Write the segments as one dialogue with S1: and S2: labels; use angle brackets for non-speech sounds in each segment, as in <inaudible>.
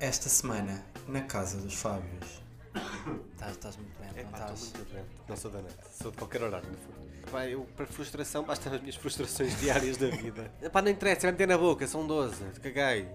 S1: Esta semana, na casa dos Fábios.
S2: Estás, estás muito bem,
S3: É
S2: não
S3: pá, estou
S2: estás?
S3: muito doente. Não sou da noite, sou de qualquer horário, no fundo. Pá, eu, para frustração, bastam as minhas frustrações <laughs> diárias da vida. Pá, não interessa, é meter na boca, são 12, caguei.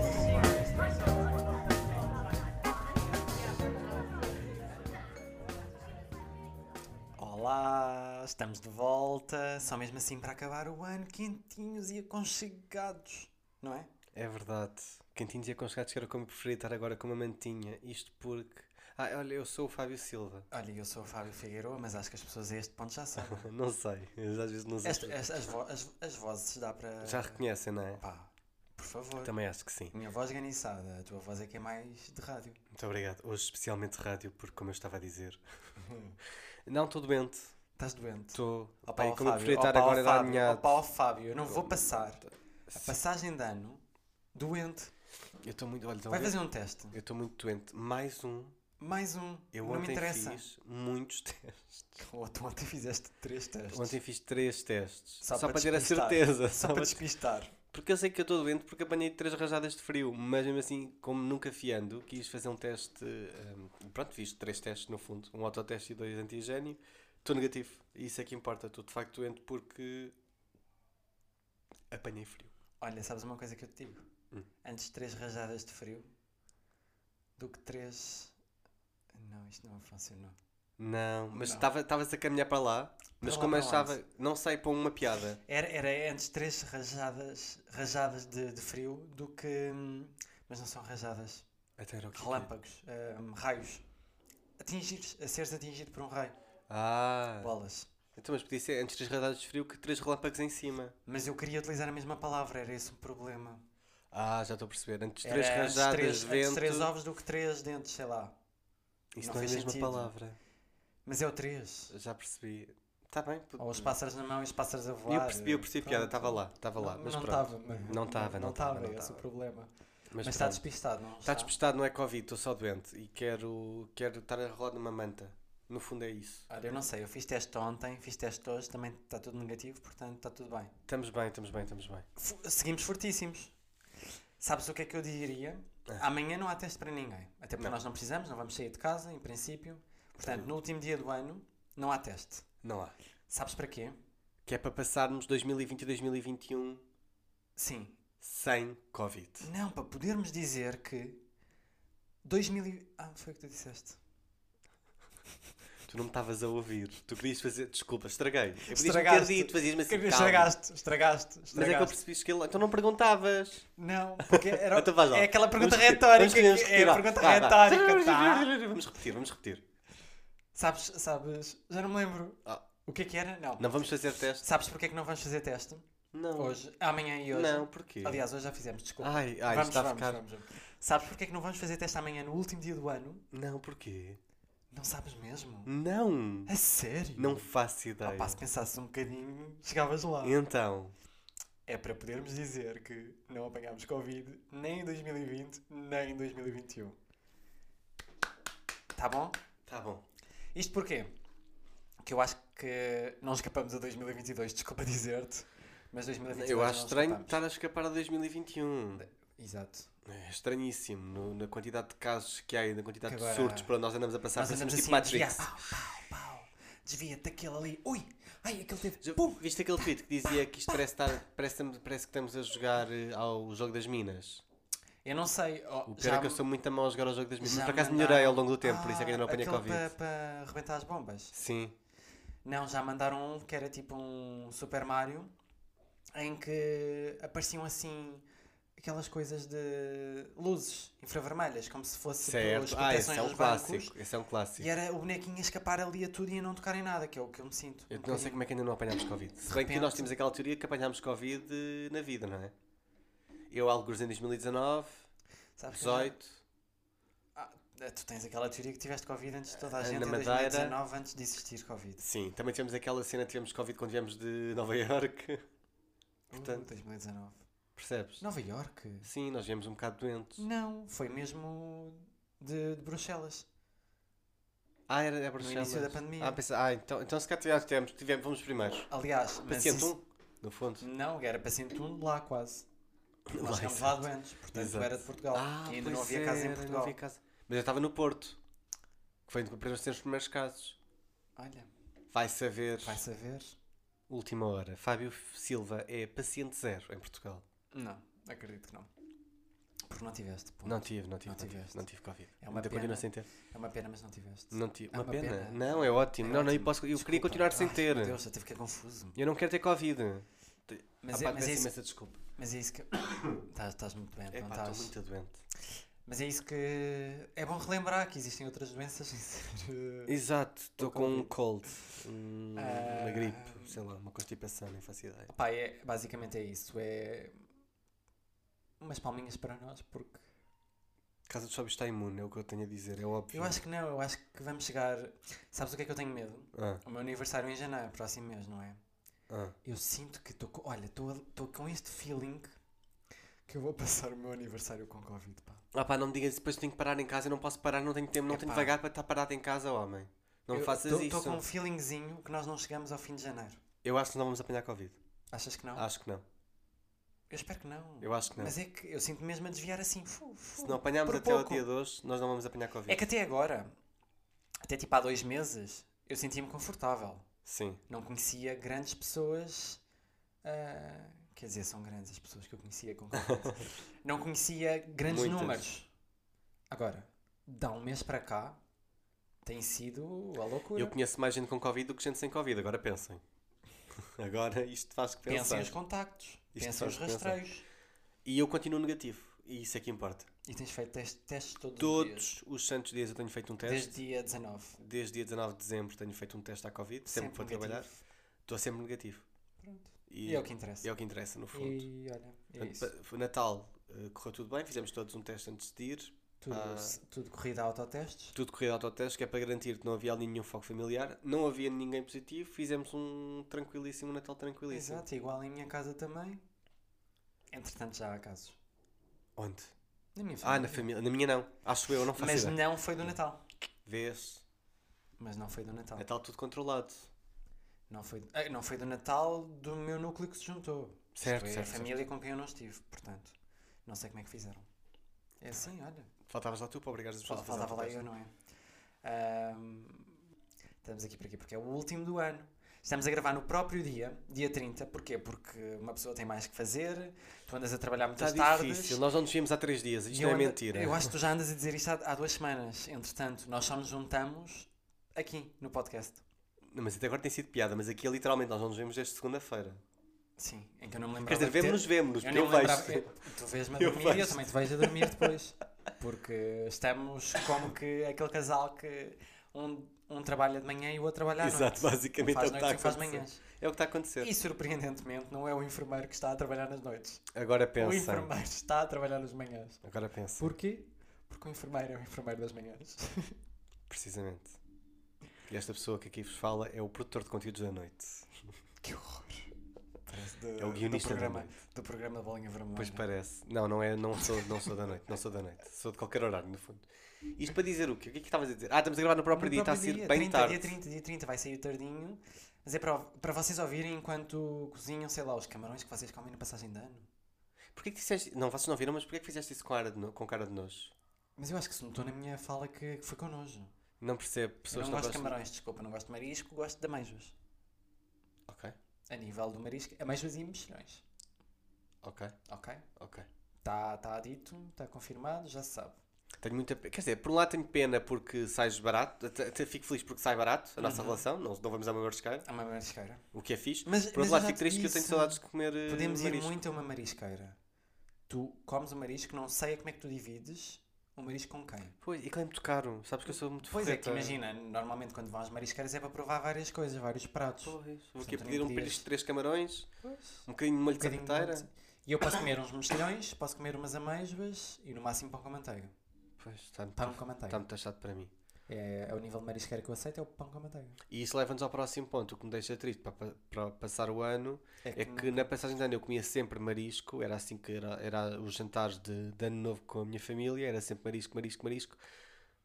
S2: Olá, estamos de volta, só mesmo assim para acabar o ano, quentinhos e aconchegados, não é?
S3: É verdade. Quentinhos e aconchegados que era como eu preferia estar agora com uma mantinha. Isto porque. Ah, olha, eu sou o Fábio Silva. <laughs>
S2: Olha, eu sou o Fábio Figueiredo, mas acho que as pessoas a este ponto já sabem.
S3: Não sei, mas às vezes não
S2: <laughs>
S3: sei.
S2: Esta- as, as, vo- as- as vozes dá para.
S3: Já reconhecem, não é?
S2: Pá, por favor.
S3: Também acho que sim.
S2: Minha vozganiçada, a tua voz é que é mais de rádio.
S3: Muito obrigado. Hoje, especialmente rádio, porque, como eu estava a dizer. Hum. não, estou doente.
S2: Estás doente.
S3: Estou.
S2: Ó
S3: Pá,
S2: pá,
S3: e
S2: ó
S3: como eu
S2: Fábio,
S3: preferia
S2: ó
S3: estar
S2: pá, ó
S3: agora
S2: Fábio, ó
S3: alinhado.
S2: pá, ó Fábio, eu não vou passar a passagem de ano doente.
S3: Eu estou muito. Olha, estão a
S2: Vai
S3: ver?
S2: fazer um teste.
S3: Eu estou muito doente. Mais um.
S2: Mais um.
S3: Eu
S2: não me
S3: ontem
S2: interessa.
S3: fiz muitos <laughs> testes.
S2: Ou tu <laughs> ontem fizeste três testes.
S3: Ontem fiz três testes. Só, para, ter a
S2: despistar.
S3: certeza.
S2: Só para despistar.
S3: Porque eu sei que eu estou doente porque apanhei três rajadas de frio. Mas mesmo assim, como nunca fiando, quis fazer um teste. hum, pronto, fiz três testes no fundo. Um autoteste e dois antigênio. Estou negativo. E isso é que importa. Estou de facto doente porque apanhei frio.
S2: Olha, sabes uma coisa que eu te digo? Antes três rajadas de frio do que três. Não, isto não funcionou.
S3: Não, mas
S2: Não.
S3: estava- estava-se a caminhar para lá. Mas
S2: lá,
S3: como
S2: para
S3: achava,
S2: onde?
S3: não sei, para uma piada.
S2: Era, era antes três rajadas, rajadas de, de frio do que. hum, Mas não são rajadas.
S3: Até
S2: é
S3: era o que
S2: Relâmpagos, hum, raios. Atingir, a seres atingido por um raio.
S3: Ah,
S2: Bolas.
S3: então mas podia ser antes três radares de frio que três relâmpagos em cima.
S2: Mas eu queria utilizar a mesma palavra, era esse o problema.
S3: Ah, já estou a perceber. Antes
S2: Era
S3: três
S2: antes
S3: rajadas
S2: três,
S3: de
S2: antes
S3: vento.
S2: três ovos do que três dentes, sei lá.
S3: Isso
S2: Não
S3: não, é a
S2: fez
S3: mesma
S2: sentido.
S3: palavra.
S2: Mas é o três.
S3: Já percebi. Está bem. p-
S2: Ou os pássaros na mão e os pássaros a voar.
S3: Eu percebi, eu percebi a piada.
S2: Pronto.
S3: Estava lá, estava lá.
S2: Não-
S3: Mas
S2: não
S3: pronto.
S2: estava, mas-
S3: Não estava, não estava.
S2: estava,
S3: não
S2: esse é o
S3: estava.
S2: problema. Mas,
S3: Mas
S2: está
S3: pronto.
S2: despistado, não
S3: Está despistado, não é Covid, estou só doente. E quero, quero estar a rolar numa manta. No fundo é isso.
S2: Olha, eu não sei, eu fiz teste ontem, fiz teste hoje, também está tudo negativo, portanto está tudo bem.
S3: Estamos bem, estamos bem, estamos bem.
S2: F- seguimos fortíssimos. Sabes o que é que eu diria? Amanhã não há teste para ninguém. Até porque
S3: Ah. Não.
S2: nós não precisamos, não vamos sair de casa, em princípio. Portanto, no último dia do ano, não há teste.
S3: Não há.
S2: Sabes para quê?
S3: Que é para passarmos 2020 e 2021
S2: Sim.
S3: sem Covid.
S2: Não, para podermos dizer que 2000 e... Ah, foi o que tu disseste.
S3: Tu não me estavas a ouvir. Tu querias fazer. Desculpa, estraguei. Eu podias ter
S2: Estragaste.
S3: dito, fazias-me assim.
S2: Que-
S3: calma.
S2: Estragaste, estragaste,
S3: Mas é que eu
S2: estragaste.
S3: percebi que ele. Então não perguntavas.
S2: Não, porque era...
S3: <laughs> Então vais lá.
S2: é aquela pergunta
S3: Vamos repetir,
S2: retórica.
S3: vamos
S2: que-
S3: repetir,
S2: É a
S3: vá,
S2: pergunta
S3: vá, vá.
S2: retórica, tá?
S3: <laughs> Vamos repetir, vamos repetir.
S2: Sabes, sabes... Já não me lembro.
S3: Ah.
S2: O que é que era? Não.
S3: Não vamos fazer teste?
S2: Sabes porque é que não vamos fazer teste?
S3: Não.
S2: Hoje, amanhã e hoje.
S3: Não, porquê?
S2: Aliás, hoje já fizemos, desculpa.
S3: Ai, ai, está a ficar.
S2: vamos, vamos. Sabes porque é que não vamos fazer teste amanhã no último dia do ano?
S3: Não, porquê?
S2: Não sabes mesmo?
S3: Não!
S2: A sério?
S3: Não faço
S2: Ah,
S3: ideia.
S2: pá, se pensasses um bocadinho, chegavas lá.
S3: Então,
S2: É para podermos dizer que não apanhámos Covid nem em 2020, nem em 2021. Tá bom?
S3: tá bom.
S2: Isto porquê? Que eu acho que não escapamos a 2022, desculpa dizer-te, mas 2022
S3: Eu acho
S2: não
S3: estranho
S2: escapamos.
S3: estar a escapar a 2021.
S2: Exato.
S3: É estranhíssimo no- na quantidade de casos que há e na quantidade
S2: Que
S3: de
S2: agora-
S3: surtos para onde nós andamos a passar.
S2: Nós andamos
S3: Parecemos
S2: assim
S3: tipo
S2: a desviar.
S3: Matrix.
S2: Pau, pau, pau. Desvia-te daquele ali. Ui! Ai, aquele teve...
S3: Já
S2: Pum!
S3: viste aquele tweet que dizia que isto parece, estar, parece, parece que estamos a jogar eh, ao jogo das minas?
S2: Eu não sei... Oh,
S3: O pior é que eu sou muito a mão a jogar ao jogo das minas. Mas
S2: já
S3: por acaso
S2: mandaram-
S3: melhorei ao longo do tempo, por isso é que ainda não
S2: Ah,
S3: apanhei
S2: aquele
S3: Covid.
S2: Para, para arrebentar as bombas.
S3: Sim.
S2: Não, já mandaram um que era tipo um Super Mario em que apareciam assim aquelas coisas de luzes infravermelhas, como se fosse pelas
S3: Certo. Ah, esse
S2: proteções
S3: é um
S2: dos bancos.
S3: clássico. Esse é um clássico.
S2: E era o bonequinho a escapar ali a tudo e a não tocar em nada, que é o que eu me sinto.
S3: Eu
S2: um
S3: não
S2: bocadinho.
S3: sei como é que ainda não apanhámos Covid. Se bem que
S2: repente-
S3: nós temos aquela teoria que apanhámos Covid eh, na vida, não é? Eu, alguns em 2019,
S2: Sabes que eu já-
S3: 18,
S2: Ah, tu tens aquela teoria que tiveste Covid antes de toda a
S3: Ah,
S2: gente
S3: na
S2: em
S3: Madeira.
S2: 2019, antes de existir Covid.
S3: sim. Também tivemos aquela cena, tivemos Covid quando viemos de Nova Iorque. Portanto-
S2: Uh, 2019.
S3: Percebes?
S2: Nova Iorque?
S3: Sim, nós viemos um bocado doentes.
S2: Não, foi mesmo de, de Bruxelas.
S3: Ah, era a Bruxelas.
S2: início da pandemia.
S3: Ah, pensa, ah então, então se cá tivemos, tivemos, tivemos fomos primeiros.
S2: Aliás, mas
S3: Paciente
S2: isso-
S3: 1, no fundo.
S2: Não, era paciente 1 lá um quase. Nós chegámos lá doentes, portanto
S3: Exato. Ah,
S2: era de Portugal. e ainda não
S3: pois
S2: havia casa
S3: era,
S2: em
S3: não
S2: Portugal.
S3: havia casa. Mas eu estava no Porto, que foi apenas ter os primeiros casos.
S2: Olha,
S3: Vai saber.
S2: vai saber?
S3: Última hora. Fábio Silva é paciente zero em Portugal.
S2: Não, acredito que não. Porque não tiveste. ponto.
S3: Não tive, não tive.
S2: Não
S3: Não tive,
S2: tiveste.
S3: não tive Covid.
S2: É uma
S3: Ainda continuo
S2: pena.
S3: sem ter.
S2: É uma pena, mas não tiveste.
S3: Não tive.
S2: É
S3: Uma,
S2: uma
S3: pena.
S2: pena.
S3: Não, é ótimo.
S2: É
S3: não, não, eu,
S2: ótimo.
S3: posso, eu queria
S2: Desculpa.
S3: continuar sem
S2: Ai,
S3: ter.
S2: Meu Deus, até fiquei confuso.
S3: Eu não quero ter Covid.
S2: Mas,
S3: ah,
S2: é,
S3: pá,
S2: mas, é
S3: peço
S2: isso,
S3: imensa desculpa.
S2: mas é isso que. <coughs> Estás, estás muito doente,
S3: É
S2: não
S3: pá,
S2: estás?
S3: estou muito doente.
S2: Mas é isso que. É bom relembrar que existem outras doenças <laughs>
S3: <laughs>
S2: sem ser. eh,
S3: Exato, estou com um cold, um-
S2: Ah.
S3: uma gripe, sei lá, uma constipação, nem faço ideia.
S2: Pá, é, basicamente é isso. É. Umas palminhas para nós, porque.
S3: Casa dos Sóbios está imune, é o que eu tenho a dizer, é óbvio.
S2: Eu acho que não, eu acho que vamos chegar. Sabes o que é que eu tenho medo?
S3: Ah,
S2: O meu aniversário é em janeiro, próximo mês, não é?
S3: ah.
S2: Eu sinto que estou. Olha, estou com este feeling que eu vou <laughs> passar o meu aniversário com Covid, pá.
S3: Ah pá, não me digas, depois tenho que parar em casa, eu não posso parar, não tenho tempo, não tenho
S2: Epá.
S3: vagar para estar parado em casa, homem. Não me faças isso.
S2: Estou com um feelingzinho que nós não chegamos ao fim de janeiro.
S3: Eu acho que não vamos apanhar Covid.
S2: Achas que não?
S3: Acho que não.
S2: Eu espero que não.
S3: Ah. Eu acho que não.
S2: Mas é que eu sinto mesmo a desviar assim. Fu, fu,
S3: Se não apanharmos
S2: por
S3: até ao
S2: pouco.
S3: dia 2, nós não vamos apanhar Covid.
S2: É que até agora, até tipo há dois meses, eu sentia-me confortável.
S3: Sim.
S2: Não conhecia grandes pessoas. ah, quer dizer, são grandes as pessoas que eu conhecia com
S3: <laughs>
S2: Covid. não conhecia grandes
S3: Muitas.
S2: números. Agora, dá um mês para cá, tem sido a loucura.
S3: Eu conheço mais gente com Covid do que gente sem Covid, agora pensem. <laughs> Agora isto faz que
S2: Pensem
S3: pensar.
S2: os contactos,
S3: Isto
S2: pensem os
S3: faz pensar.
S2: rastreios.
S3: E eu continuo negativo, e isso é que importa.
S2: E tens feito testes, testes todos, os dias.
S3: Todos os santos dias eu tenho feito um teste.
S2: Desde dia 19.
S3: Desde dia 19 de dezembro tenho feito um teste à Covid, sempre, que vou
S2: negativo.
S3: trabalhar. Estou sempre negativo.
S2: Pronto.
S3: E,
S2: E é o que interessa.
S3: é o que interessa, no fundo.
S2: E olha, é
S3: Portanto,
S2: isso.
S3: pa- foi Natal eh, correu tudo bem, fizemos todos um teste antes de ir.
S2: Tudo,
S3: ah.
S2: se- tudo corrido a autotestes.
S3: Tudo corrido autoteste, que é para garantir que não havia ali nenhum foco familiar. Não havia ninguém positivo, fizemos um tranquilíssimo Natal tranquilíssimo.
S2: Exato, igual em minha casa também. Entretanto, já há casos.
S3: Onde?
S2: Na minha
S3: Ah,
S2: família.
S3: na família. Na minha não. Acho eu, não faço
S2: Mas
S3: ideia.
S2: não foi do Natal.
S3: Vês?
S2: Mas não foi do Natal.
S3: Natal tudo controlado.
S2: Não foi, ah, não foi do Natal do meu núcleo que se juntou.
S3: Certo,
S2: foi
S3: certo,
S2: a
S3: certo.
S2: família com quem eu não estive, portanto. Não sei como é que fizeram. É assim, olha.
S3: Faltavas lá tu para obrigar as Tá pessoas
S2: Fal-
S3: a fazer
S2: Faltava lá eu,
S3: autoteste.
S2: não é? Ahm, estamos aqui por aqui porque é o último do ano. Estamos a gravar no próprio dia, dia 30. Porquê? Porque uma pessoa tem mais que fazer, tu andas a trabalhar muitas
S3: Está
S2: tardes.
S3: Tá difícil. Nós não nos vimos há três dias.
S2: e
S3: Isto
S2: eu
S3: não é
S2: ando-
S3: mentira.
S2: Eu acho que tu já andas a dizer isto há, há duas semanas. Entretanto, nós só nos juntamos aqui no podcast.
S3: Não, mas até agora tem sido piada, mas aqui é literalmente, nós não nos vemos desde segunda-feira.
S2: Sim, em que eu não me
S3: Quer
S2: lembrava.
S3: dizer,
S2: de ter-
S3: vemos-nos, vemos-nos,
S2: Eu
S3: porque
S2: nem
S3: eu,
S2: me lembrava.
S3: vejo.
S2: eu- Tu vês-me a
S3: Eu
S2: dormir e eu
S3: vejo-te.
S2: também te vejo a dormir depois. Porque estamos como que aquele casal que um, um trabalha de manhã e o outro trabalha à noite.
S3: Exato, basicamente é o
S2: faz
S3: que está a
S2: noites e faz
S3: acontecer.
S2: manhãs.
S3: É o que está a acontecer.
S2: E surpreendentemente não é o enfermeiro que está a trabalhar nas noites.
S3: Agora
S2: O
S3: pensa.
S2: enfermeiro está a trabalhar nas manhãs.
S3: Agora pensa.
S2: Porquê? Porque o enfermeiro é o enfermeiro das manhãs.
S3: Precisamente. E esta pessoa que aqui vos fala é o produtor de conteúdos da noite.
S2: que horror. Parece do-
S3: É o guionista
S2: do
S3: da
S2: programa,
S3: noite.
S2: do programa da Bolinha Vermelha.
S3: Pois parece. Não, não é, não sou, não sou da noite, não sou da noite. Sou de qualquer horário, no fundo. Isto para dizer o quê? O que é que estavas a dizer? Ah, estamos a gravar no próprio
S2: No
S3: dia, está a
S2: próprio
S3: ser
S2: dia,
S3: bem
S2: 30,
S3: tarde.
S2: Dia 30, dia 30 vai sair tardinho. Mas é para, para vocês ouvirem enquanto cozinham, sei lá, os camarões que vocês comem na passagem de ano.
S3: Porquê que disseste. Não, vocês não viram, mas porquê que fizeste isso com cara de, no... com cara de nojo?
S2: Mas eu acho que se notou na minha fala que, que foi com nojo.
S3: Não percebo.
S2: Eu
S3: Pessoas
S2: não gosto de
S3: gostam.
S2: camarões, desculpa, não gosto de marisco, gosto de ameijos.
S3: Ok,
S2: A nível do marisco, ameijos e mexilhões.
S3: ok,
S2: Ok?
S3: ok.
S2: Está tá dito, está confirmado, já se sabe.
S3: Tenho muita pena. Quer dizer, por um lado tenho pena porque sais barato, até, até fico feliz porque sai barato a nossa relação, não, não vamos à mesma marisqueira,
S2: Há uma marisqueira.
S3: o que é fixe.
S2: Uhum. Mas-
S3: por
S2: mas
S3: outro
S2: eu
S3: lado
S2: já
S3: fico
S2: te
S3: triste que eu tenho
S2: disse,
S3: saudades de comer eh,
S2: Podemos ir
S3: marisco.
S2: muito a uma marisqueira. Tu comes o marisco, não sei como é que tu divides o marisco com quem.
S3: Pois, e que é muito caro, sabes que eu sou muito
S2: Pois é, que
S3: forreta.
S2: imagina, normalmente quando vão às marisqueiras é para provar várias coisas, vários pratos.
S3: Pois, vou aqui
S2: Portanto,
S3: pedir um
S2: nem
S3: peixe de três camarões,
S2: Pois.
S3: um bocadinho de molho
S2: Um
S3: de
S2: bocadinho de
S3: sapateira.
S2: monte. E eu posso comer uns mexilhões, posso comer umas amêijoas e no máximo pão com manteiga.
S3: Pois, está muito,
S2: Pão com
S3: está
S2: manteiga.
S3: muito achado para mim.
S2: É, é o nível de marisqueira que eu aceito, é o pão com manteiga.
S3: E isso leva-nos ao próximo ponto, o que me deixa triste para, para- para passar o ano é
S2: não-
S3: que na passagem de ano eu comia sempre marisco, era assim que era, era os jantares de, de ano novo com a minha família, era sempre marisco, marisco, marisco.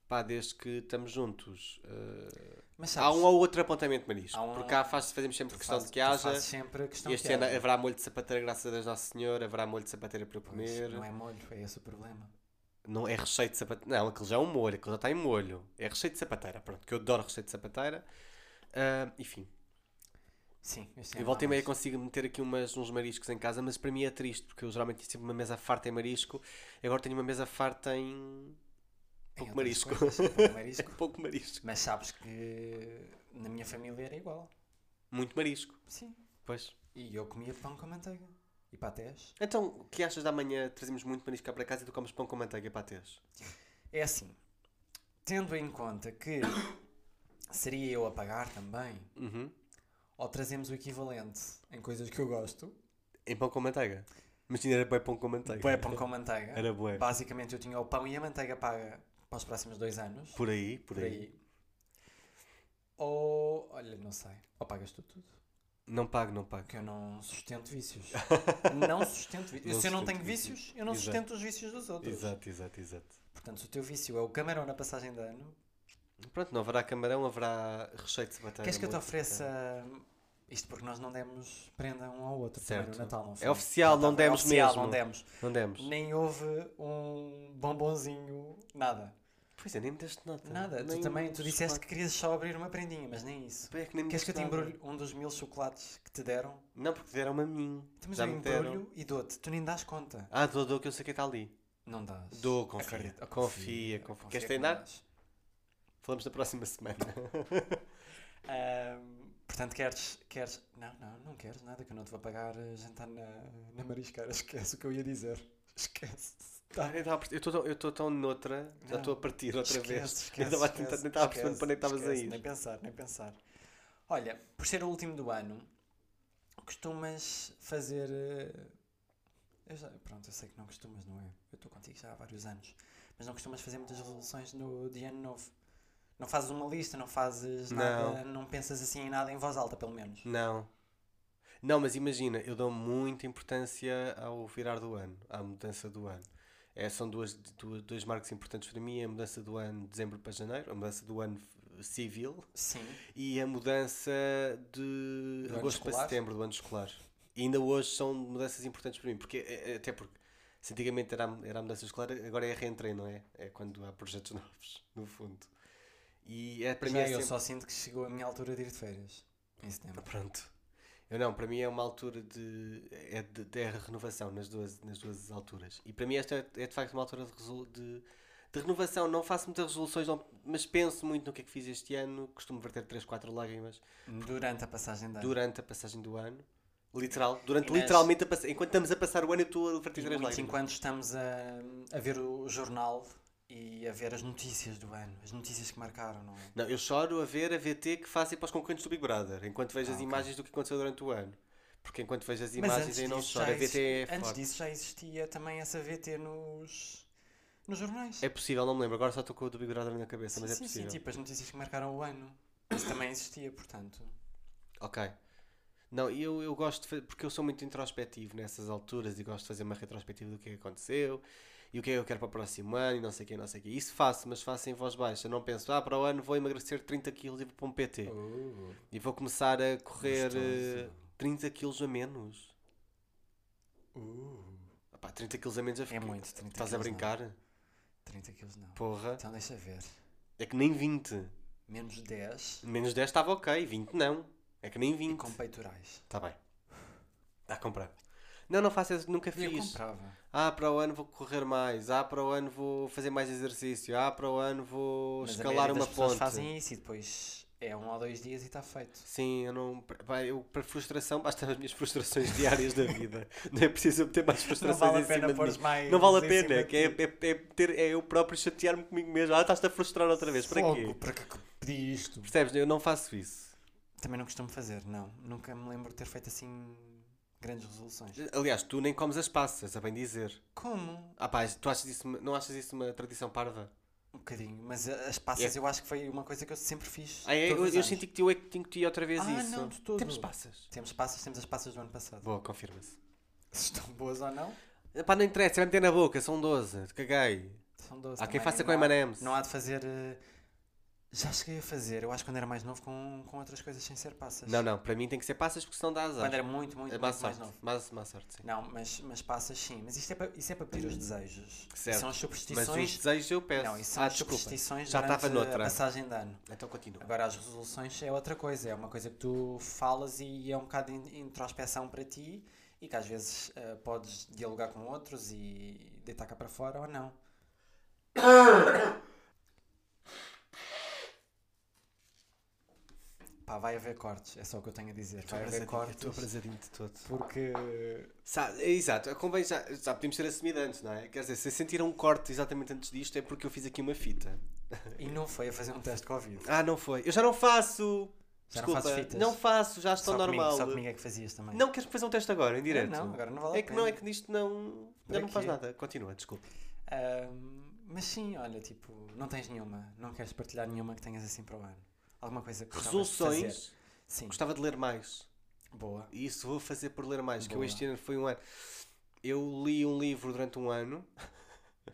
S3: Pá, desde que estamos juntos. eh,
S2: Mas
S3: há
S2: sabes,
S3: um ou outro apontamento, Maris.
S2: Há um-
S3: Porque cá faz, fazemos sempre
S2: tu
S3: questão
S2: fazes-
S3: de que
S2: tu
S3: haja.
S2: fazes sempre questão
S3: E este
S2: que é.
S3: ano é
S2: haja.
S3: haverá molho de sapateira, graças a Deus Nosso Senhor. Haverá molho de sapateira para eu
S2: Pois,
S3: comer.
S2: Não é molho, é esse o problema.
S3: Não é recheio de sapateira. Não, aquilo já é um molho, aquilo já está em molho. É recheio de sapateira, pronto, que eu adoro recheio de sapateira. Ah, enfim,
S2: Sim, este
S3: eu
S2: ano
S3: volta e
S2: há
S3: meia
S2: mais.
S3: consigo meter aqui umas, uns mariscos em casa, mas para mim é triste, porque eu geralmente tinha sempre uma mesa farta em marisco, e agora tenho uma mesa farta em <laughs>
S2: Tem
S3: pouco
S2: outras
S3: marisco.
S2: coisas, pouco
S3: <laughs>
S2: marisco.
S3: pouco marisco.
S2: Mas sabes que na minha família era igual.
S3: Muito marisco,
S2: Sim.
S3: pois.
S2: E eu comia pão com manteiga. E patés.
S3: Então, o que achas da manhã trazemos muito marisco cá para casa e tu comes pão com manteiga e patês?
S2: É assim, tendo em conta que seria eu a pagar também,
S3: Uhum.
S2: ou trazemos o equivalente em coisas que eu gosto,
S3: Em pão com manteiga? Mas ainda era bué pão com manteiga.
S2: bué pão
S3: <laughs>
S2: com manteiga.
S3: Era bué.
S2: Basicamente eu tinha o pão e a manteiga paga para os próximos dois anos,
S3: Por aí, por,
S2: por
S3: aí.
S2: aí. Ou, olha, não sei, ou pagas tu tudo,
S3: Não pago, não pago.
S2: porque eu não sustento
S3: <laughs>
S2: vícios. não sustento vícios.
S3: Não
S2: Se eu não
S3: sustento
S2: tenho vícios, eu não
S3: Exato.
S2: sustento os vícios dos
S3: Oh,
S2: outros.
S3: Exato, exato, exato.
S2: Portanto, se o teu vício é o camarão na passagem de ano,
S3: Pronto, não haverá camarão, haverá recheio de batata.
S2: Queres que eu te ofereça isto porque nós não demos prenda um ao outro primeiro
S3: Certo.
S2: no Natal, não
S3: É oficial, não
S2: Natal,
S3: demos
S2: é oficial,
S3: mesmo.
S2: não demos.
S3: Não demos.
S2: Nem houve um bombonzinho, nada.
S3: Pois é, nem me deste nota.
S2: Nada.
S3: Nem
S2: tu também, tu
S3: um
S2: disseste
S3: chocolate.
S2: que querias só abrir uma prendinha, mas nem isso.
S3: Pá, é que nem me
S2: Queres que eu
S3: deste
S2: te
S3: nada.
S2: embrulhe um dos mil chocolates que te deram?
S3: Não, porque deram-me a mim.
S2: Temos
S3: Já
S2: um
S3: me deram.
S2: embrulho e dou-te. Tu nem dás conta.
S3: Ah, dou, dou, que eu sei que está ali.
S2: Não dás.
S3: Dou, confia.
S2: Acredito-
S3: Confia, confia. Queres
S2: que não
S3: treinar?
S2: dás.
S3: Falamos na próxima semana.
S2: Ahm, portanto, queres, queres. Não, não, não queres nada, que eu não te vou pagar eh, jantar na, na marisqueira. Esquece o que eu ia dizer. Esquece. <laughs> Tá.
S3: Ah, eu tava a perce- eu estou tão- eu estou tão noutra, já
S2: Não.
S3: estou a partir outra
S2: Esquece,
S3: vez.
S2: esquece,
S3: eu estava a
S2: esquece,
S3: tentar, nem estava a perceber
S2: esquece,
S3: para onde é que estavas a
S2: esquece,
S3: ir.
S2: Nem pensar, nem pensar. Olha, por ser o último do ano, costumas fazer. eh, eu já- pronto, eu sei que não costumas, não é? Eu estou contigo já há vários anos. Mas não costumas fazer muitas resoluções no de ano novo. Não fazes uma lista, não fazes
S3: Não.
S2: nada, não pensas assim em nada em voz alta, pelo menos.
S3: Não. Não, mas imagina, eu dou muita importância ao virar do ano, à mudança do ano. É, são duas, duas, dois marcos importantes para mim, é a mudança do ano de dezembro para janeiro, a mudança do ano eh, civil
S2: Sim.
S3: e a mudança de
S2: Do ano
S3: agosto para
S2: escolar?
S3: setembro do ano escolar. E ainda hoje são mudanças importantes para mim, porque eh, eh, até porque se antigamente era, a- era a mudança escolar, agora é a reentrée, não é? É quando há projetos <laughs> novos, no fundo. E é para
S2: Já
S3: mim é
S2: eu
S3: sempre...
S2: só sinto que chegou a minha altura de ir de férias. Em setembro.
S3: Pronto. Eu não, para mim é uma altura de. é de, de renovação nas duas, nas duas alturas. E para mim esta é, é de facto uma altura de, resol- de, de renovação. Não faço muitas resoluções, não- mas penso muito no que é que fiz este ano. Costumo verter 3, 4 lágrimas
S2: Durante a passagem da
S3: durante a passagem do ano. Literal, durante
S2: Ah. E nas-
S3: literalmente a passa- enquanto estamos a passar o ano, eu estou a
S2: E
S3: verter 3
S2: muito
S3: lágrimas.
S2: enquanto estamos a, a ver o jornal e a ver as notícias do ano, as notícias que marcaram, não é?
S3: Não, eu choro a ver a VT que fazem para os concorrentes do Big Brother, enquanto vejo
S2: Ah,
S3: as
S2: ok.
S3: imagens do que aconteceu durante o ano. Porque enquanto vejo as imagens aí não
S2: disso
S3: choro.
S2: já
S3: A VT é
S2: existi- antes
S3: forte.
S2: disso já existia também essa VT nos, nos jornais.
S3: É possível, não me lembro. Agora só estou com o do Big Brother na cabeça,
S2: sim,
S3: mas é
S2: sim,
S3: possível.
S2: sim, tipo as notícias que marcaram o ano. Isso também existia, portanto.
S3: Ok. Não, e eu, eu gosto, de fa- porque eu sou muito introspectivo nessas alturas e gosto de fazer uma retrospectiva do que é que aconteceu e o que é que eu quero para o próximo ano e não sei o que, não sei o que. Isso faço, mas faço em voz baixa. Não penso, ah, para o ano vou emagrecer 30 quilos e vou para um PT. E vou começar a correr eh, 30 quilos a menos.
S2: Uh.
S3: Pá, 30 quilos a menos eu
S2: É
S3: fico-
S2: muito, 30
S3: Estás a
S2: quilos não,
S3: brincar?
S2: 30 quilos não.
S3: Porra.
S2: Então deixa ver.
S3: É que nem 20.
S2: Menos 10
S3: Menos 10 estava ok, 20 não. É que nem
S2: e
S3: 20.
S2: com peitorais.
S3: Tá bem. A comprar. Não, não faço isso, nunca
S2: Eu
S3: fiz.
S2: comprava.
S3: Ah, para o ano vou correr mais. Ah, para o ano vou fazer mais exercício. Ah, para o ano vou
S2: Mas a
S3: escalar
S2: maioria
S3: uma
S2: das pessoas
S3: ponte.
S2: fazem isso e depois é um ou dois dias e está feito.
S3: Sim, eu não. pá, eu, para frustração, basta as minhas frustrações diárias da vida. <laughs> Não é preciso eu ter mais frustrações em cima de mim.
S2: mais.
S3: assim Não vale a
S2: em
S3: pena,
S2: cima
S3: que
S2: de
S3: é,
S2: ti.
S3: é, é ter, é eu próprio chatear-me comigo mesmo. Ah, estás-te a frustrar outra vez. Para
S2: Fogo,
S3: quê?
S2: Para que que pedi isto?
S3: Percebes? Eu não faço isso.
S2: Também não costumo fazer, não. Nunca me lembro de ter feito assim grandes resoluções.
S3: Aliás, tu nem comes as passas, a bem dizer.
S2: Como?
S3: Ah, pá, tu achas isso, uma- não achas isso uma tradição parva?
S2: Um bocadinho. Mas a- as passas eu acho que foi uma coisa que eu sempre fiz.
S3: Ah, é?
S2: todos
S3: eu,
S2: os
S3: eu
S2: anos.
S3: senti que eu é que tinha que te outra vez
S2: Ah,
S3: isso.
S2: não, de todo.
S3: Temos passas.
S2: Temos passas, temos as passas do ano passado.
S3: Boa, confirma-se.
S2: Se estão boas ou não.
S3: Pá, não interessa, vai meter na boca, são 12, caguei.
S2: São doce.
S3: Há quem
S2: também, é
S3: faça
S2: não
S3: com M&M's.
S2: Não há de fazer. eh, Já cheguei a fazer, eu acho que quando era mais novo, com, com outras coisas sem ser passas.
S3: Não, não, para mim tem que ser passas porque senão dá azar.
S2: Quando era muito, muito,
S3: É
S2: muito
S3: má
S2: mais
S3: sorte.
S2: novo.
S3: Má, má sorte, sim.
S2: Não, mas, mas passas sim. Mas isto é para, isso é para pedir os desejos.
S3: Certo.
S2: São as
S3: Mas os
S2: superstições.
S3: desejos eu peço.
S2: Não, isso são
S3: ah,
S2: as
S3: desculpa.
S2: superstições
S3: Já
S2: durante
S3: estava noutra.
S2: a passagem de ano.
S3: Então continua.
S2: Agora, as resoluções é outra coisa, é uma coisa que tu falas e é um bocado de introspeção para ti e que às vezes eh, podes dialogar com outros e deitar cá para fora ou não. <coughs> Pá, vai haver cortes, é só o que eu tenho a dizer. Vai haver
S3: Estou
S2: cortes
S3: abrasadinho de todo.
S2: porque.
S3: Sabe, é, exato, convém já, já podemos ser assumido antes, não é? Quer dizer, se sentiram um corte exatamente antes disto é porque eu fiz aqui uma fita.
S2: E não foi a fazer um teste de Covid.
S3: Ah, não foi. Eu já não faço.
S2: Já não
S3: Desculpa,
S2: fazes fitas?
S3: Não faço, já estou
S2: só
S3: normal.
S2: Comigo, só comigo é que fazias também.
S3: Não queres fazer um teste agora, em direto?
S2: não, agora não vale a
S3: É que não,
S2: pena.
S3: é que nisto não.
S2: Para
S3: Já não faz
S2: quê?
S3: nada. Continua, desculpa.
S2: Ahm, mas sim, olha, tipo, não tens nenhuma, não queres partilhar nenhuma que tenhas assim para o ano. Alguma coisa que gostavas de fazer.
S3: Resoluções.
S2: Sim,
S3: Gostava de ler mais.
S2: boa.
S3: E isso vou fazer por ler mais, que eu
S2: Boa.
S3: este ano foi um ano. Eu li um livro durante um ano.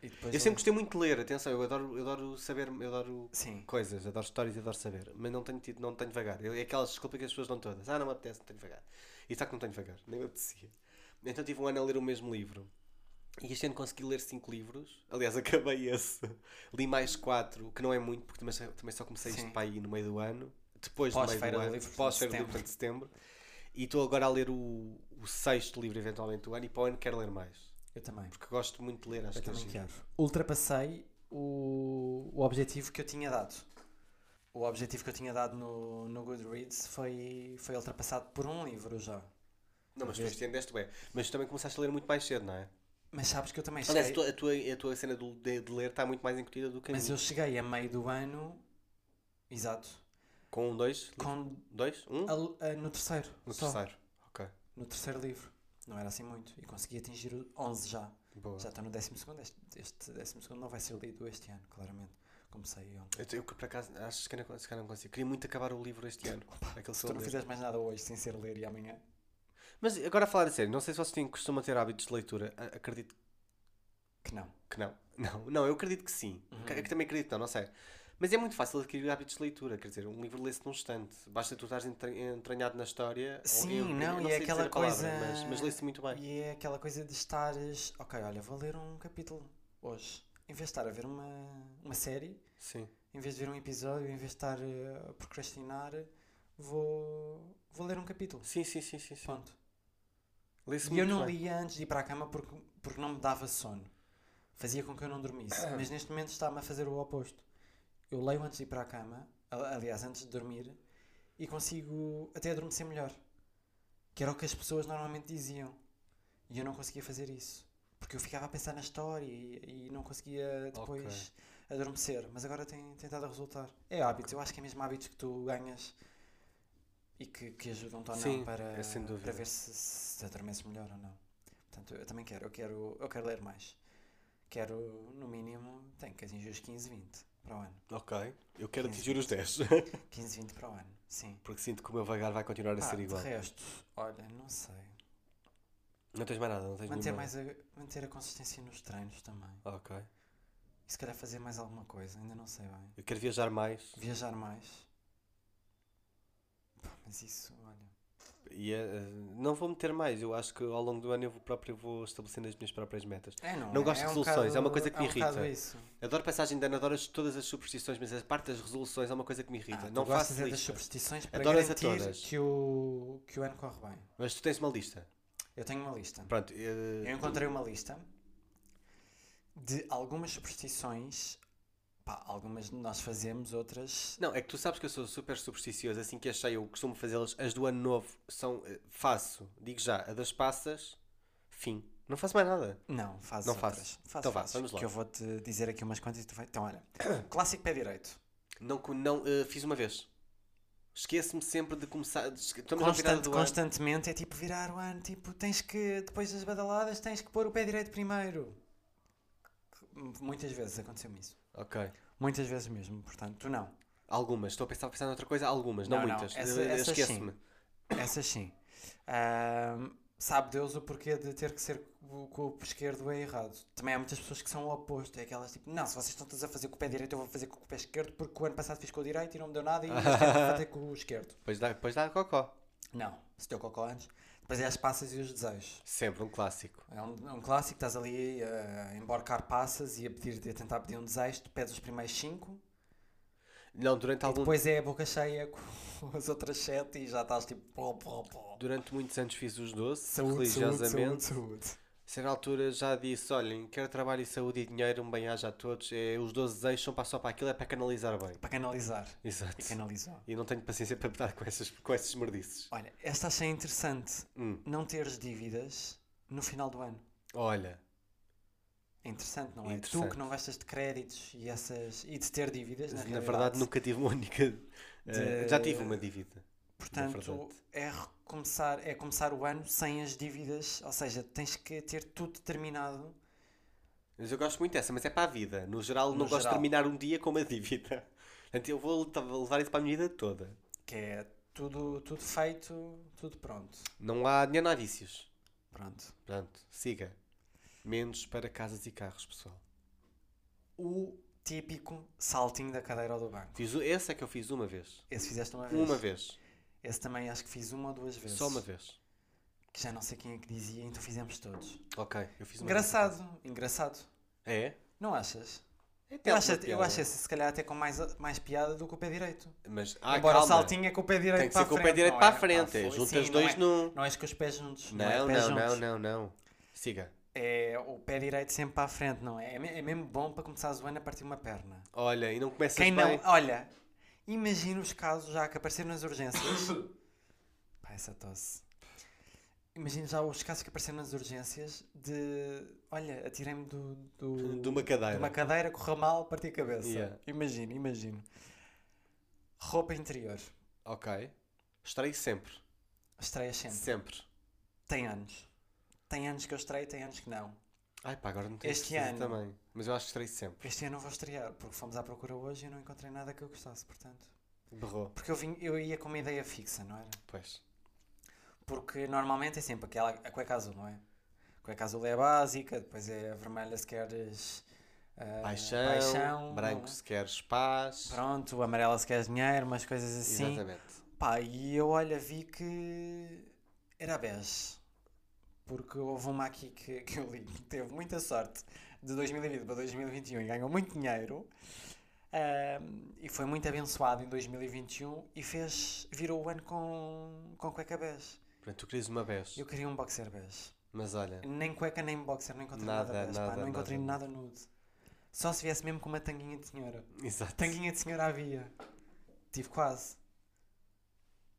S2: E depois um-
S3: Eu sempre
S2: ali-
S3: gostei muito de ler, atenção, eu adoro, eu adoro saber, eu adoro
S2: Sim,
S3: coisas, adoro histórias e adoro saber, mas não tenho tido, não tenho devagar. É aquelas desculpa que as pessoas dão todas. Ah, não me apetece, não tenho devagar. E está que não tenho devagar, nem me apetecia. Então tive um ano a ler o mesmo livro. E este ano consegui ler cinco livros. Aliás, <laughs> acabei esse. Li mais quatro, que não é muito, porque também, só- também só comecei
S2: Sim.
S3: isto para aí no meio do ano. Depois do meio
S2: Pós-feira
S3: do
S2: do
S3: ano.
S2: livro, portanto,
S3: Pós-feira do livro,
S2: setembro.
S3: portanto, de setembro. E estou agora a ler o, o sexto livro, eventualmente, do ano. E para o ano quero ler mais.
S2: eu também.
S3: Porque gosto muito de ler, acho
S2: Eu
S3: que é
S2: também
S3: giro.
S2: quero. Ultrapassei o, o objetivo que eu tinha dado. O objetivo que eu tinha dado no, no Goodreads foi, foi ultrapassado por um livro já.
S3: Não, mas tu
S2: Talvez.
S3: este ano deste bem. Mas tu também começaste a ler muito mais cedo, não é?
S2: Mas sabes que eu também
S3: Aliás, a
S2: cheguei,
S3: tua, a tua, a tua cena do- de, de ler está muito mais incutida do que a
S2: mas
S3: minha.
S2: eu cheguei a meio do ano, exato,
S3: Com um, dois,
S2: com,
S3: dois, um,
S2: a- a- no terceiro.
S3: no
S2: só.
S3: terceiro. Ok,
S2: no terceiro livro. Não era assim muito. E consegui atingir o 11 já.
S3: boa.
S2: Já estou no 12 segundo. Este, este 12 segundo não vai ser lido este ano, claramente. Comecei ontem.
S3: Eu, eu que por acaso acho que não, se calhar não consigo. Queria muito acabar o livro este ano. Aquele
S2: Se tu não
S3: sobre-
S2: fizeres mais nada hoje sem ser ler e amanhã.
S3: Mas agora a falar a sério, não sei se vocês têm, costumam ter hábitos de leitura. A- Acredito
S2: Que não.
S3: que não. <laughs> Não, não, eu acredito que sim. Que- É que também acredito, que não, não sei. Mas é muito fácil adquirir hábitos de leitura, quer dizer, um livro lê-se num instante. Basta tu estares entran- entranhado na história. ou
S2: Sim,
S3: eu- eu
S2: não, e
S3: sei
S2: é
S3: dizer
S2: aquela
S3: a palavra,
S2: coisa.
S3: mas mas lê-se muito bem.
S2: E é aquela coisa de estares. Ok, olha, vou ler um capítulo hoje. Em vez de estar a ver uma, uma série,
S3: Sim.
S2: em vez de ver um episódio, em vez de estar eh, a procrastinar, vou, vou ler um capítulo.
S3: Sim, sim, sim, sim. sim.
S2: Ponto.
S3: Lê-se
S2: E eu
S3: muito
S2: não
S3: bem.
S2: lia antes de ir para a cama porque, porque não me dava sono. Fazia com que eu não dormisse.
S3: Ah.
S2: Mas neste momento está-me a fazer o oposto. Eu leio antes de ir para a cama, a- aliás, antes de dormir, e consigo até adormecer melhor. Que era o que as pessoas normalmente diziam. E eu não conseguia fazer isso. Porque eu ficava a pensar na história e, e não conseguia depois adormecer. Mas agora tem tentado a resultar. É hábitos. Eu acho que é mesmo hábitos que tu ganhas e que, que ajudam-te ou
S3: Sim,
S2: não para,
S3: é sem dúvida.
S2: Ah, para ver se, se adormeces melhor ou não. Portanto, eu também quero. Eu quero, eu quero ler mais. Quero, no mínimo, tenho que atingir os 15, 20 para o ano.
S3: Ok, eu quero
S2: Quinze
S3: atingir os 10,
S2: <laughs> 15, 20 para o ano, sim.
S3: porque sinto que o meu vagar vai continuar a
S2: Pá,
S3: ser
S2: Ah, de
S3: igual.
S2: resto, olha, não sei.
S3: Não tens mais nada, não tens Ah.
S2: Manter,
S3: nenhuma.
S2: é mais a, manter a consistência nos treinos também.
S3: Ok,
S2: E se calhar fazer mais alguma coisa, ainda não sei bem.
S3: eu quero viajar mais
S2: Viajar mais. Pá, mas isso, olha.
S3: e eh, não vou meter mais. Eu acho que ao longo do ano eu vou próprio vou estabelecendo as minhas próprias metas.
S2: É, não,
S3: Não
S2: é?
S3: gosto
S2: É
S3: de
S2: um
S3: resoluções, é uma
S2: bocado-
S3: coisa que me
S2: é um bocado
S3: irrita.
S2: isso.
S3: Adoro passagem de ano, adoro as- todas as superstições, mas a parte das resoluções é uma coisa que me irrita.
S2: Ah,
S3: não
S2: tu gostas
S3: faço
S2: é das
S3: lista.
S2: superstições para
S3: Adoras a
S2: garantir
S3: todas.
S2: que o, que o ano corre bem.
S3: Mas tu tens uma lista.
S2: Eu tenho uma lista.
S3: Pronto, eh,
S2: Eu encontrei uma lista de algumas superstições. Pá, algumas nós fazemos, outras.
S3: Não, é que tu sabes que eu sou super supersticioso, assim que achei, eu costumo fazê-las. As do ano novo são. eh, faço, digo já, a das passas, fim. Não faço mais nada.
S2: Não, fazes
S3: Não faço.
S2: outras.
S3: Então vá,
S2: fazes,
S3: vamos lá.
S2: Que eu vou-te dizer aqui umas quantas e tu vai. Então,
S3: <coughs>
S2: olha. Clássico pé direito.
S3: Não, co- não eh, fiz uma vez. Esqueço-me sempre de começar. de esque- Estamos na virada
S2: Constant-
S3: do ano.
S2: constantemente é tipo virar o ano, tipo, tens que, depois das badaladas, tens que pôr o pé direito primeiro. M- Muitas vezes aconteceu-me isso.
S3: Ok.
S2: Muitas vezes mesmo, portanto, tu não.
S3: Algumas. Estou a pensar, a pensar noutra coisa. Algumas, não, Eh,
S2: Não, não,
S3: muitas.
S2: essa-
S3: Eh,
S2: essas sim.
S3: Esqueço-me.
S2: Essas sim. Ahm, sabe Deus o porquê de ter que ser o corpo esquerdo é errado. Também há muitas pessoas que são o oposto. É aquelas tipo, não, se vocês estão todos a fazer com o pé direito, eu vou fazer com o pé esquerdo, porque o ano passado fiz com o direito e não me deu nada e este ano vou fazer com o esquerdo. <laughs>
S3: Depois dá, depois dá cocó.
S2: Não, se deu cocó antes. Depois é as passas e os desejos.
S3: Sempre um clássico.
S2: É um, é um clássico, estás ali eh, a embarcar passas e a, pedir, a tentar pedir um desejo, tu pedes os primeiros cinco
S3: Não, durante
S2: e
S3: algum
S2: depois é a boca cheia <laughs> com as outras sete e já estás tipo. Pó, pó, pó.
S3: Durante muitos anos fiz os 12,
S2: Saúde, saúde, saúde,
S3: religiosamente.
S2: saúde.
S3: Se na altura já disse, olhem, quero trabalho e saúde e dinheiro, um bem-aja a todos. É, os 12 desejos são para só para aquilo, é para canalizar bem.
S2: Para canalizar.
S3: Exato.
S2: E canalizar.
S3: E não tenho paciência para estar com essas, com esses merdices.
S2: Olha, esta achei interessante.
S3: Hum.
S2: Não teres dívidas no final do ano.
S3: Olha,
S2: É interessante, não é? Tu
S3: Interessante.
S2: que não gastas de créditos e, essas, e de ter dívidas, na,
S3: na, é verdade nunca tive uma única. eh, já tive uma dívida.
S2: Portanto,
S3: verdade.
S2: é recomeçar, é começar o ano sem as dívidas, ou seja, tens que ter tudo terminado.
S3: Mas eu gosto muito dessa, mas é para a vida. No geral,
S2: No
S3: não gosto de
S2: geral.
S3: terminar um dia com uma dívida. <laughs> Portanto, eu vou levar- levar isso para a minha vida toda.
S2: Que é tudo, tudo feito, tudo pronto.
S3: Não há dinheiro, não há vícios.
S2: Pronto.
S3: Portanto, siga. Menos para casas e carros, pessoal.
S2: O típico saltinho da cadeira ou do banco.
S3: Fiz, o- esse é que eu fiz uma vez.
S2: Esse fizeste uma vez.
S3: Uma vez.
S2: Esse também acho que fiz uma ou duas vezes.
S3: Só uma vez.
S2: Que já não sei quem é que dizia, então fizemos todos.
S3: Ok, eu fiz uma
S2: Engraçado, engraçado.
S3: vez. É?
S2: Não achas?
S3: Até
S2: Eu
S3: alguma
S2: acho, eu
S3: piada.
S2: acho esse, se calhar, até com mais, mais piada do que o pé direito.
S3: Mas, ah,
S2: Embora o
S3: calma.
S2: saltinho é com o pé direito
S3: Tem que
S2: para
S3: ser
S2: a
S3: com o
S2: frente.
S3: pé direito
S2: não
S3: para
S2: é?
S3: a frente.
S2: Ah, foi-
S3: Juntas
S2: sim,
S3: dois
S2: não é,
S3: num.
S2: não és com os pés juntos. Não, é
S3: Não,
S2: pés
S3: não, não,
S2: juntos.
S3: não, não. Siga.
S2: É o pé direito sempre para a frente, não é? É, me- é mesmo bom para começar a zoar a partir uma perna.
S3: Olha, e não começas
S2: Quem
S3: bem.
S2: não, olha, imagina os casos já que apareceram nas urgências. Pá, essa tosse. Imagina já os casos que apareceram nas urgências de. Olha, atirei-me do, do,
S3: De uma cadeira.
S2: de uma cadeira, correu mal, parti a cabeça.
S3: Yeah.
S2: Imagino, imagino. Roupa interior.
S3: Ok. Estarei sempre.
S2: Estreia sempre.
S3: Sempre.
S2: Tem anos. Tem anos que eu estreio, tem anos que não.
S3: Ai pá, agora não tenho
S2: Este
S3: certeza
S2: ano.
S3: também. Mas eu acho que estarei sempre.
S2: Este ano não vou estrear, porque fomos à procura hoje e não encontrei nada que eu gostasse, portanto.
S3: Berrou.
S2: Porque eu, vim, eu ia com uma ideia fixa, não era?
S3: Pois.
S2: Porque normalmente é sempre aquela, a cueca azul, não é? A cueca azul é a básica, depois é a vermelha se queres ah,
S3: Paixão,
S2: paixão,
S3: branco
S2: não é?
S3: se queres paz.
S2: Pronto, amarela se queres dinheiro, umas coisas assim.
S3: Exatamente.
S2: Pá, e eu olha, vi que era a bege. Porque houve uma aqui que, <laughs> que eu li que teve muita sorte de 2020 para 2021 e ganhou muito dinheiro. ahm, e foi muito abençoado em 2021 e fez, virou o ano com, com cueca bege.
S3: Portanto, tu querias uma vez.
S2: Eu queria um boxer bege.
S3: Mas olha, <laughs>
S2: Nem cueca, nem boxer, não encontrei nada,
S3: Nada,
S2: bege, pá,
S3: nada,
S2: não encontrei
S3: nada.
S2: nada nude. Só se viesse mesmo com uma tanguinha de senhora.
S3: exato.
S2: Tanguinha de senhora havia. Tive quase.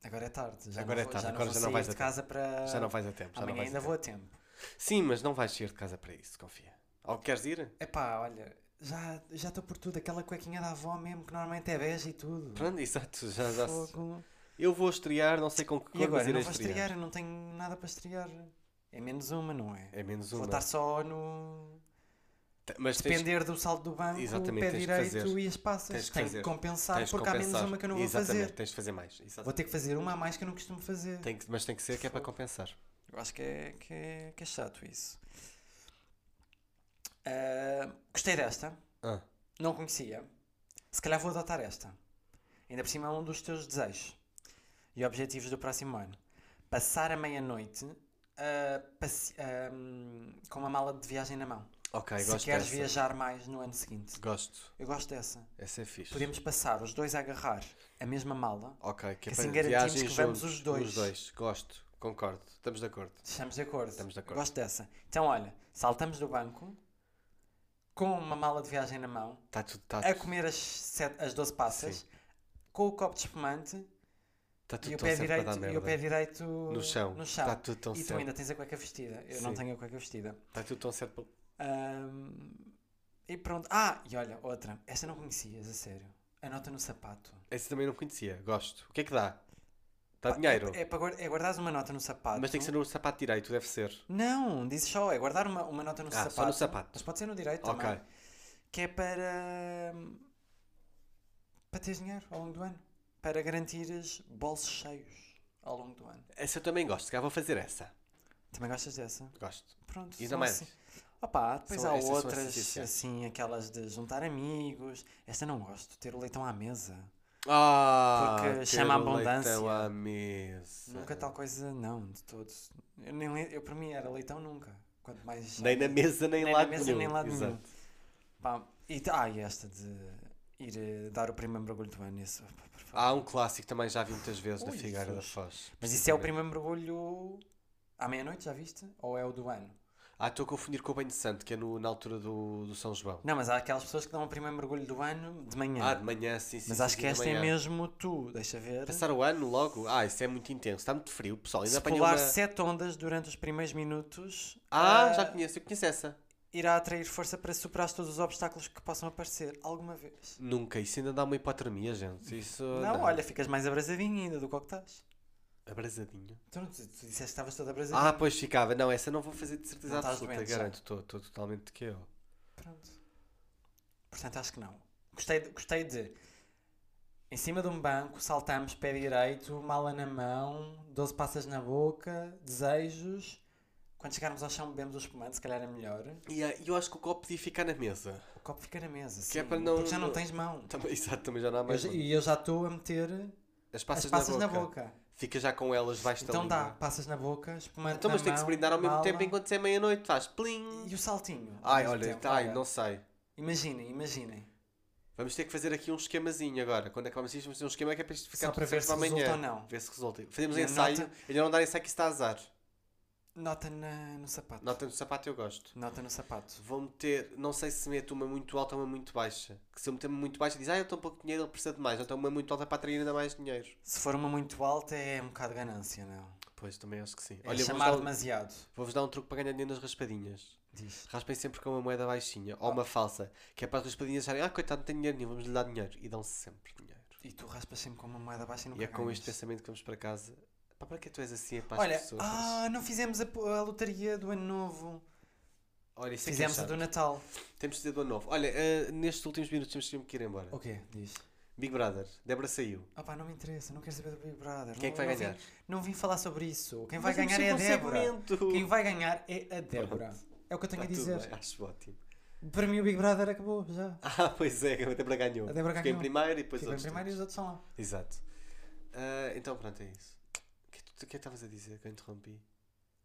S2: Agora é tarde. Já
S3: Agora
S2: não
S3: é
S2: vou-
S3: tarde,
S2: Já
S3: agora
S2: não vou
S3: já não
S2: sair
S3: vais a
S2: de
S3: tempo.
S2: casa para.
S3: Já não vais a tempo. Já não
S2: Amanhã
S3: vais
S2: ainda
S3: a
S2: vou
S3: tempo.
S2: a tempo.
S3: Sim, mas não vais sair de casa para isso, confia. Ou queres ir?
S2: Epá, olha, já estou por tudo. Aquela cuequinha da avó mesmo, que normalmente é bege e tudo.
S3: Pronto, <laughs> exato. Já, já se-
S2: Fogo.
S3: Eu vou estrear, não sei com que
S2: E
S3: cor,
S2: agora?
S3: mas
S2: Eu Não vou
S3: irei
S2: estrear, eu não tenho nada para estrear. É menos uma, não é?
S3: É menos
S2: Vou
S3: uma.
S2: estar só no.
S3: T- Mas tens,
S2: Depender do saldo do banco, o
S3: Exatamente,
S2: pé
S3: tens que
S2: direito
S3: fazer.
S2: e as
S3: Tens
S2: passas.
S3: que
S2: Tenho
S3: fazer.
S2: que compensar,
S3: tens de
S2: porque há
S3: compensar.
S2: menos uma que eu não vou
S3: Exatamente,
S2: fazer.
S3: tens de fazer mais. Exato.
S2: Vou ter que fazer uma a mais que eu não costumo fazer.
S3: Tem que- mas tem que ser que é para compensar.
S2: Eu acho que é, que é, que é chato isso. Ah, gostei desta,
S3: Ah,
S2: não conhecia. Se calhar vou adotar esta. Ainda por cima é um dos teus desejos e objetivos do próximo ano. Passar a meia-noite ah, passe- ah, hum, com uma mala de viagem na mão.
S3: ok,
S2: Se
S3: Ah, gosto
S2: queres
S3: dessa.
S2: viajar mais no ano seguinte.
S3: Gosto.
S2: Eu gosto dessa.
S3: Essa é fixe.
S2: Podemos passar os dois a agarrar a mesma mala.
S3: Ok, que, é
S2: assim
S3: para
S2: garantimos
S3: viagens
S2: que vamos
S3: juntos,
S2: os dois.
S3: Os dois. Gosto. Concordo. Estamos de acordo.
S2: Estamos de acordo.
S3: Estamos de
S2: Eu
S3: acordo.
S2: Gosto dessa. Então, olha, saltamos do banco com uma mala de viagem na mão,
S3: Está tudo, tá
S2: a
S3: tudo-
S2: comer as, sete, as 12 passas, com o copo de espumante
S3: tá
S2: e
S3: tudo
S2: o
S3: tão
S2: pé
S3: certo para dar
S2: direito, e o pé
S3: merda.
S2: direito
S3: No chão.
S2: no
S3: Está tudo tão
S2: e tu
S3: certo.
S2: ainda tens a cueca vestida. Eu não
S3: Sim.
S2: tenho a cueca vestida.
S3: Está tudo tão certo. para-
S2: Ahm, e pronto. Ah, e olha, outra. Esta não conhecias, a sério. A nota no sapato.
S3: Esse também não conhecia. Gosto. O que é que dá? Dá
S2: Pá,
S3: Tá dinheiro.
S2: É, é, para guar- é guardares uma nota no sapato.
S3: Mas tem que ser no sapato direito, deve ser.
S2: Não, dizes só, é guardar uma, uma nota no
S3: Ah,
S2: sapato.
S3: só no sapato.
S2: Mas pode ser no direito
S3: Ok.
S2: também. que é para para teres dinheiro ao longo do ano, para garantires bolsos cheios ao longo do ano.
S3: Essa eu também gosto. Se calhar vou fazer essa.
S2: Também gostas dessa?
S3: Gosto.
S2: Pronto.
S3: E
S2: são
S3: também.
S2: assim. Opa, depois
S3: São-
S2: há
S3: estas são as
S2: outras,
S3: essenciais.
S2: assim, aquelas de juntar amigos. Esta não gosto, ter o leitão à mesa.
S3: Ah,
S2: Porque
S3: ter
S2: chama
S3: o
S2: abundância.
S3: leitão à mesa.
S2: Nunca tal coisa, não, de todos. Eu, nem, le- eu para mim era leitão nunca. Quanto mais.
S3: Nem na mesa, nem,
S2: Nem
S3: lado
S2: na mesa,
S3: nenhum.
S2: nem lado nenhum.
S3: Exato.
S2: Pá, e, t- ah, e esta de ir eh, dar o primeiro mergulho do ano. Isso, pá, por favor.
S3: Há um clássico que também já vi muitas vezes na
S2: Ui,
S3: Figueira da
S2: Jesus.
S3: Foz.
S2: Mas isso é o primeiro mergulho à meia-noite, já viste? Ou é o do ano?
S3: Ah, estou a confundir com o Banho de Santo, que é no- na altura do, do São João.
S2: Não, mas há aquelas pessoas que dão o primeiro mergulho do ano de manhã.
S3: Ah, de manhã, sim, sim.
S2: mas
S3: sim,
S2: acho
S3: sim,
S2: que
S3: de
S2: esta é
S3: manhã.
S2: mesmo tu, deixa ver.
S3: Passar o ano logo? Ah, isso é muito intenso. Está muito frio, pessoal. Ainda
S2: Se
S3: apanhei
S2: pular
S3: uma...
S2: sete ondas durante os primeiros minutos,
S3: Ah,
S2: ah,
S3: já conheço. Eu conheço essa.
S2: irá atrair força para superar todos os obstáculos que possam aparecer alguma vez.
S3: Nunca. Isso ainda dá uma hipotermia, gente. Isso...
S2: Não, olha, ficas mais abrasadinho ainda do que o que estás.
S3: Abrasadinho.
S2: Tu, não- tu disseste que estavas todo abrasadinho.
S3: Ah, pois ficava. Não, essa não vou fazer de certeza
S2: Não estás
S3: absoluta.
S2: doente já.
S3: garanto. Estou totalmente de que eu.
S2: Pronto. Portanto, acho que não. Gostei de, gostei de. Em cima de um banco, saltamos pé direito, mala na mão, 12 passas na boca, desejos. Quando chegarmos ao chão, bebemos o espumante, se calhar é melhor.
S3: E ah, eu acho que o copo podia ficar na mesa. <laughs>
S2: O copo fica na mesa.
S3: Que é
S2: sim,
S3: para não-
S2: Porque já não tens mão.
S3: Também, exato, também já não há
S2: Eu
S3: mais.
S2: já-
S3: nada.
S2: E eu já estou a meter
S3: As
S2: as
S3: passas,
S2: passas na
S3: na, boca.
S2: boca.
S3: Fica já com elas debaixo da
S2: Então
S3: língua.
S2: dá, passas na boca, espumante
S3: Então,
S2: na
S3: mas tem que se
S2: mão,
S3: brindar ao mesmo
S2: mala.
S3: tempo enquanto é meia-noite. Faz plim.
S2: E o saltinho. ao
S3: Ai,
S2: mesmo
S3: olha,
S2: tempo,
S3: ai,
S2: olha.
S3: não sei.
S2: Imaginem, imaginem. Só
S3: Vamos ter que fazer aqui um esquemazinho agora. Quando acabamos isto, vamos fazer um esquema que é para isto ficar
S2: para
S3: tudo
S2: ver
S3: certo
S2: se
S3: para
S2: resulta
S3: amanhã.
S2: ou não.
S3: Ver se resulta. Fazemos
S2: E a
S3: ensaio.
S2: nota-
S3: Ainda não dar ensaio que isso está a azar.
S2: Nota na- no sapato.
S3: Nota no sapato eu gosto.
S2: Nota no sapato.
S3: Vou meter, não sei se meto uma muito alta ou uma muito baixa. Que se eu meter uma muito baixa, diz, ah, eu tenho pouco dinheiro, ele precisa de mais. Então uma muito alta é para atrair ainda mais dinheiro.
S2: Se for uma muito alta é um bocado ganância, não?
S3: Pois, também acho que sim.
S2: É
S3: Olha,
S2: chamar
S3: vou-vos dar,
S2: demasiado.
S3: vou-vos dar um truque para ganhar dinheiro nas raspadinhas.
S2: Diz.
S3: Raspem sempre com uma moeda baixinha ou uma falsa, que é para as raspadinhas acharem, ah, coitado, não tem dinheiro nenhum, vamos lhe dar dinheiro. E dão sempre dinheiro.
S2: E tu raspas sempre com uma moeda baixa e nunca
S3: E é com
S2: ganhas.
S3: este pensamento que vamos para casa. Pá, para que tu és assim, é para as
S2: Olha,
S3: pessoas.
S2: ah, não fizemos a, po- a lotaria do ano novo.
S3: Olha, isso é que é
S2: fizemos a
S3: chato.
S2: do Natal.
S3: Temos de dizer do ano novo. Olha, eh, nestes últimos minutos temos mesmo que ir embora.
S2: O quê? Diz.
S3: Big Brother, Débora saiu.
S2: Ah pá, não me interessa, não quero saber do Big Brother.
S3: Quem é
S2: não-
S3: que vai
S2: não vim-
S3: ganhar?
S2: não vim falar sobre isso. Quem vai
S3: Mas vamos
S2: ganhar é a
S3: sempre um
S2: Débora.
S3: segmento.
S2: Quem vai ganhar é a Débora. É o que eu tenho
S3: Está
S2: a
S3: Tá tudo
S2: dizer.
S3: bem, Acho ótimo. <laughs>
S2: Para mim o Big Brother acabou já.
S3: Ah, pois é, a Débora ganhou.
S2: A Débora
S3: Fiquei em
S2: ganhou.
S3: primeiro e depois
S2: Ficou em
S3: outros.
S2: primeiro e os
S3: dois.
S2: outros são lá.
S3: Exato. Ah, então pronto, é isso. O que é que tu- o que é que estavas a dizer que eu interrompi?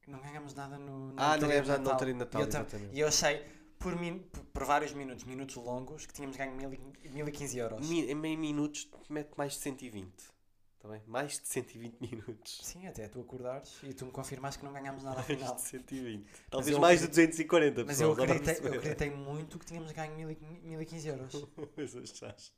S2: Não ganhamos nada no, no
S3: Ah,
S2: lotaria
S3: não
S2: de
S3: ganhamos nada na altura de
S2: E
S3: Natal,
S2: eu, tam-
S3: exatamente.
S2: e eu achei, por, min, por, por vários minutos, minutos longos, que tínhamos ganho mil e- 1015 euros.
S3: Mi- Em meio minutos mete mais de 120. Está Tá bem? Mais de 120 minutos. <laughs>
S2: Sim, até tu acordares e tu me confirmaste que não ganhámos nada
S3: Mais
S2: afinal.
S3: de 120. Talvez
S2: eu
S3: mais de
S2: acredito-
S3: 240,
S2: Mas eu
S3: pessoal, já vai
S2: acreditei, eu
S3: perceber.
S2: acreditei muito que tínhamos ganho 1015 euros.
S3: <laughs> Mas achaste.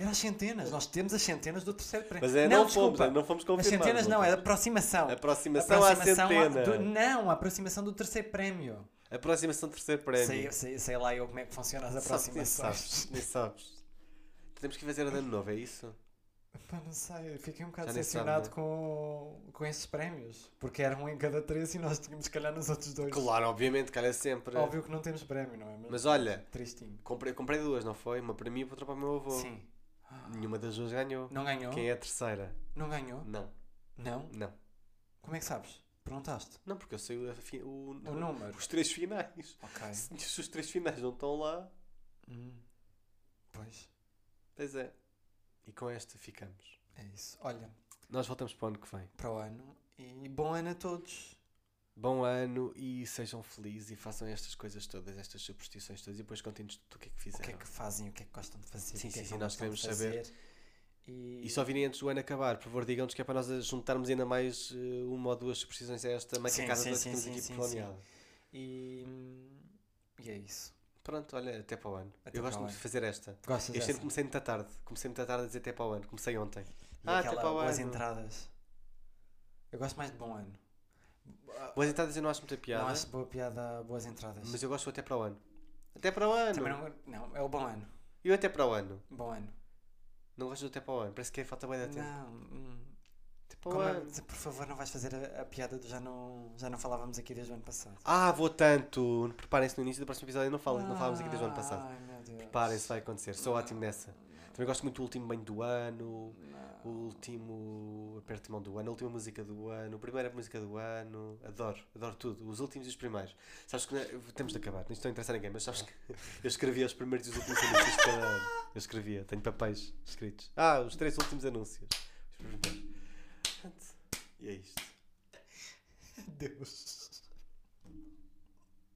S2: Eram as centenas, nós temos as centenas do terceiro prémio.
S3: Mas é, não, fomos, não fomos
S2: As
S3: confirmados.
S2: centenas não, é
S3: fomos.
S2: da aproximação.
S3: Aproximação, à
S2: a-
S3: centena.
S2: do- não, a aproximação do terceiro prémio.
S3: Aproximação do terceiro prémio.
S2: Sei, sei, sei lá eu como é que funciona as
S3: Sabes, nem
S2: aproximações.
S3: sabes, nem sabes. Temos que fazer a dano novo, é isso?
S2: Pá, não sei, eu fiquei um bocado
S3: Já nem
S2: decepcionado
S3: sabe, né?
S2: com, com esses prémios. Porque era um em cada três e nós tínhamos, se calhar, nos outros dois.
S3: Claro, obviamente, calha sempre.
S2: Óbvio que não temos prémio, não é?
S3: Mas olha,
S2: Tristinho.
S3: comprei, comprei duas, não foi? Uma para mim e outra para o meu avô.
S2: Sim.
S3: Nenhuma das duas ganhou.
S2: Não ganhou?
S3: Quem é a terceira?
S2: Não ganhou?
S3: Não,
S2: Não?
S3: não.
S2: Como é que sabes? Perguntaste.
S3: Não, porque eu sei o, a fi- o-
S2: O número.
S3: os três finais.
S2: Ok.
S3: Se, se os três finais não estão lá,
S2: Hum. Pois,
S3: pois é. E com esta ficamos.
S2: é isso. Olha,
S3: Nós voltamos para o ano que vem.
S2: para o ano. E bom ano a todos.
S3: Bom ano e sejam felizes e façam estas coisas todas, estas superstições todas e depois contem-nos tudo o que é que
S2: O
S3: fizeram.
S2: que é que fazem, o que é que gostam de fazer.
S3: Sim,
S2: o que
S3: sim,
S2: é que
S3: sim,
S2: não
S3: nós
S2: gostam de
S3: queremos saber.
S2: fazer. E,
S3: E só virem antes do ano acabar, por favor, digam-nos que é para nós juntarmos ainda mais eh, uma ou duas precisões a esta macacada
S2: sim,
S3: toda que
S2: sim,
S3: temos
S2: sim,
S3: aqui
S2: sim,
S3: planeada.
S2: e, e é isso.
S3: Pronto, olha, até para o ano.
S2: Até
S3: eu
S2: para
S3: gosto
S2: o
S3: muito de
S2: ano.
S3: fazer esta.
S2: Gostas
S3: Eu
S2: dessa?
S3: sempre comecei muito à tarde. Comecei muito à tarde a dizer até para o ano. Comecei ontem.
S2: E
S3: ah, até
S2: aquela,
S3: para o ano.
S2: boas entradas. Eu gosto mais de bom ano.
S3: Boas entradas eu tá não acho muita piada,
S2: Não acho boa piada boas entradas.
S3: mas eu gosto do até para o ano. Até para o ano!
S2: Também não, não, é o bom ano.
S3: Eu até para o ano.
S2: Bom ano.
S3: Não gosto do até para o ano. Parece que é falta bem de tempo.
S2: Não, hum,
S3: Até para o
S2: como é-
S3: ano.
S2: por favor, não vais fazer a, a piada do já não, já não falávamos aqui desde o ano passado.
S3: Ah, vou tanto! Preparem-se no início do próximo episódio. Não, falo, não falamos aqui desde o ano passado.
S2: Ai, meu Deus.
S3: Preparem-se, vai acontecer. Sou ótimo nessa. Também gosto muito do último banho do ano,
S2: Não.
S3: o último aperto de mão do ano, a última música do ano, a primeira música do ano. Adoro, adoro tudo. Os últimos e os primeiros. Sabes que. é, Temos de acabar, isto não interessa a ninguém, mas sabes que eu escrevia os primeiros e os últimos anúncios de cada ano. Eu escrevia, tenho papéis escritos. Ah, os três últimos anúncios. Os primeiros. Portanto, E é isto.
S2: Deus.